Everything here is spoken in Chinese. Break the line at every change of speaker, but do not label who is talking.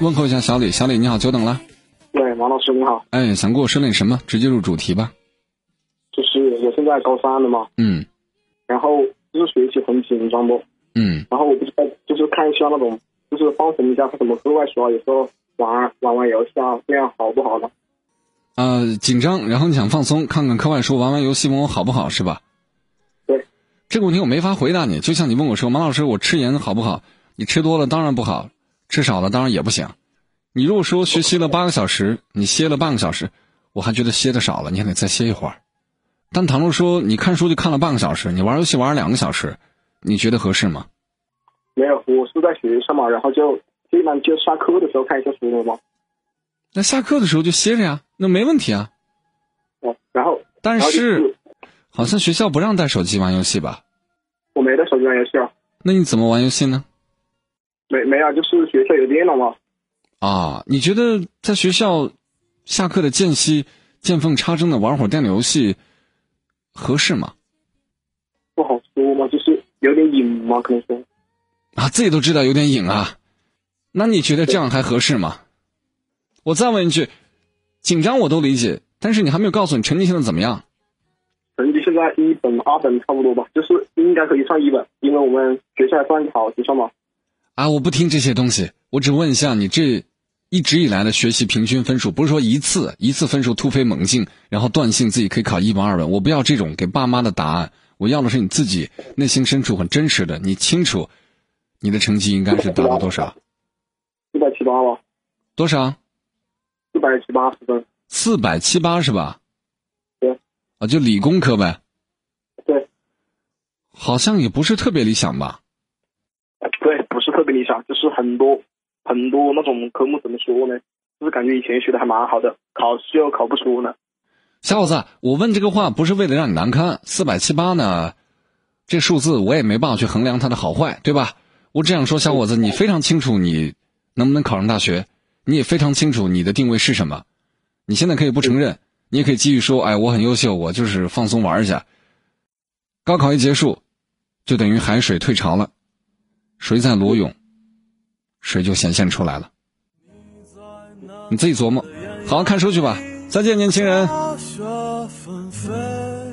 问候一下小李，小李你好，久等了。
喂，王老师你好，
哎，想跟我说点什么？直接入主题吧。
就是我现在高三了嘛，
嗯
然后就是学习很紧张不？
嗯
然后我不知道，就是看一下那种，就是放松一下，看什么课外书啊，有时候玩玩玩游戏啊，这样好不好呢？
呃，紧张，然后你想放松，看看课外书，玩玩游戏，问我好不好是吧？
对。
这个问题我没法回答你，就像你问我说，马老师，我吃盐好不好？你吃多了当然不好，吃少了当然也不行。你如果说学习了八个小时，你歇了半个小时，我还觉得歇的少了，你还得再歇一会儿。但倘若说你看书就看了半个小时，你玩游戏玩了两个小时，你觉得合适吗？
没有，我是在学校嘛，然后就一般就下课的时候看一下书了嘛。
那下课的时候就歇着呀，那没问题啊。
哦，然后
但
然后就是
好像学校不让带手机玩游戏吧？
我没带手机玩游戏啊，
那你怎么玩游戏呢？
没没啊，就是学校有电脑嘛。
啊，你觉得在学校下课的间隙见缝插针的玩会儿电脑游戏合适吗？
不好说嘛，就是有点瘾嘛，可能说
啊，自己都知道有点瘾啊，那你觉得这样还合适吗？我再问一句，紧张我都理解，但是你还没有告诉你成绩现在怎么样？
成绩现在一本、二本差不多吧，就是应该可以上一本，因为我们学校还算好学校嘛。
啊，我不听这些东西，我只问一下你这一直以来的学习平均分数，不是说一次一次分数突飞猛进，然后断信自己可以考一本二本，我不要这种给爸妈的答案，我要的是你自己内心深处很真实的，你清楚你的成绩应该是达到多少
四百七八吧，
多少
四百七八十分。
四百七八是吧？
对，
啊，就理工科呗，
对，
好像也不是特别理想吧？
对，不是特别理想，就是很多很多那种科目怎么说呢？就是感觉以前学的还蛮好的，考试又考不出呢。
小伙子，我问这个话不是为了让你难堪。四百七八呢，这数字我也没办法去衡量它的好坏，对吧？我只想说，小伙子，你非常清楚你能不能考上大学，你也非常清楚你的定位是什么。你现在可以不承认，你也可以继续说，哎，我很优秀，我就是放松玩一下。高考一结束，就等于海水退潮了，谁在裸泳，谁就显现出来了。你自己琢磨，好好看书去吧。再见，年轻人。
飘雪纷飞。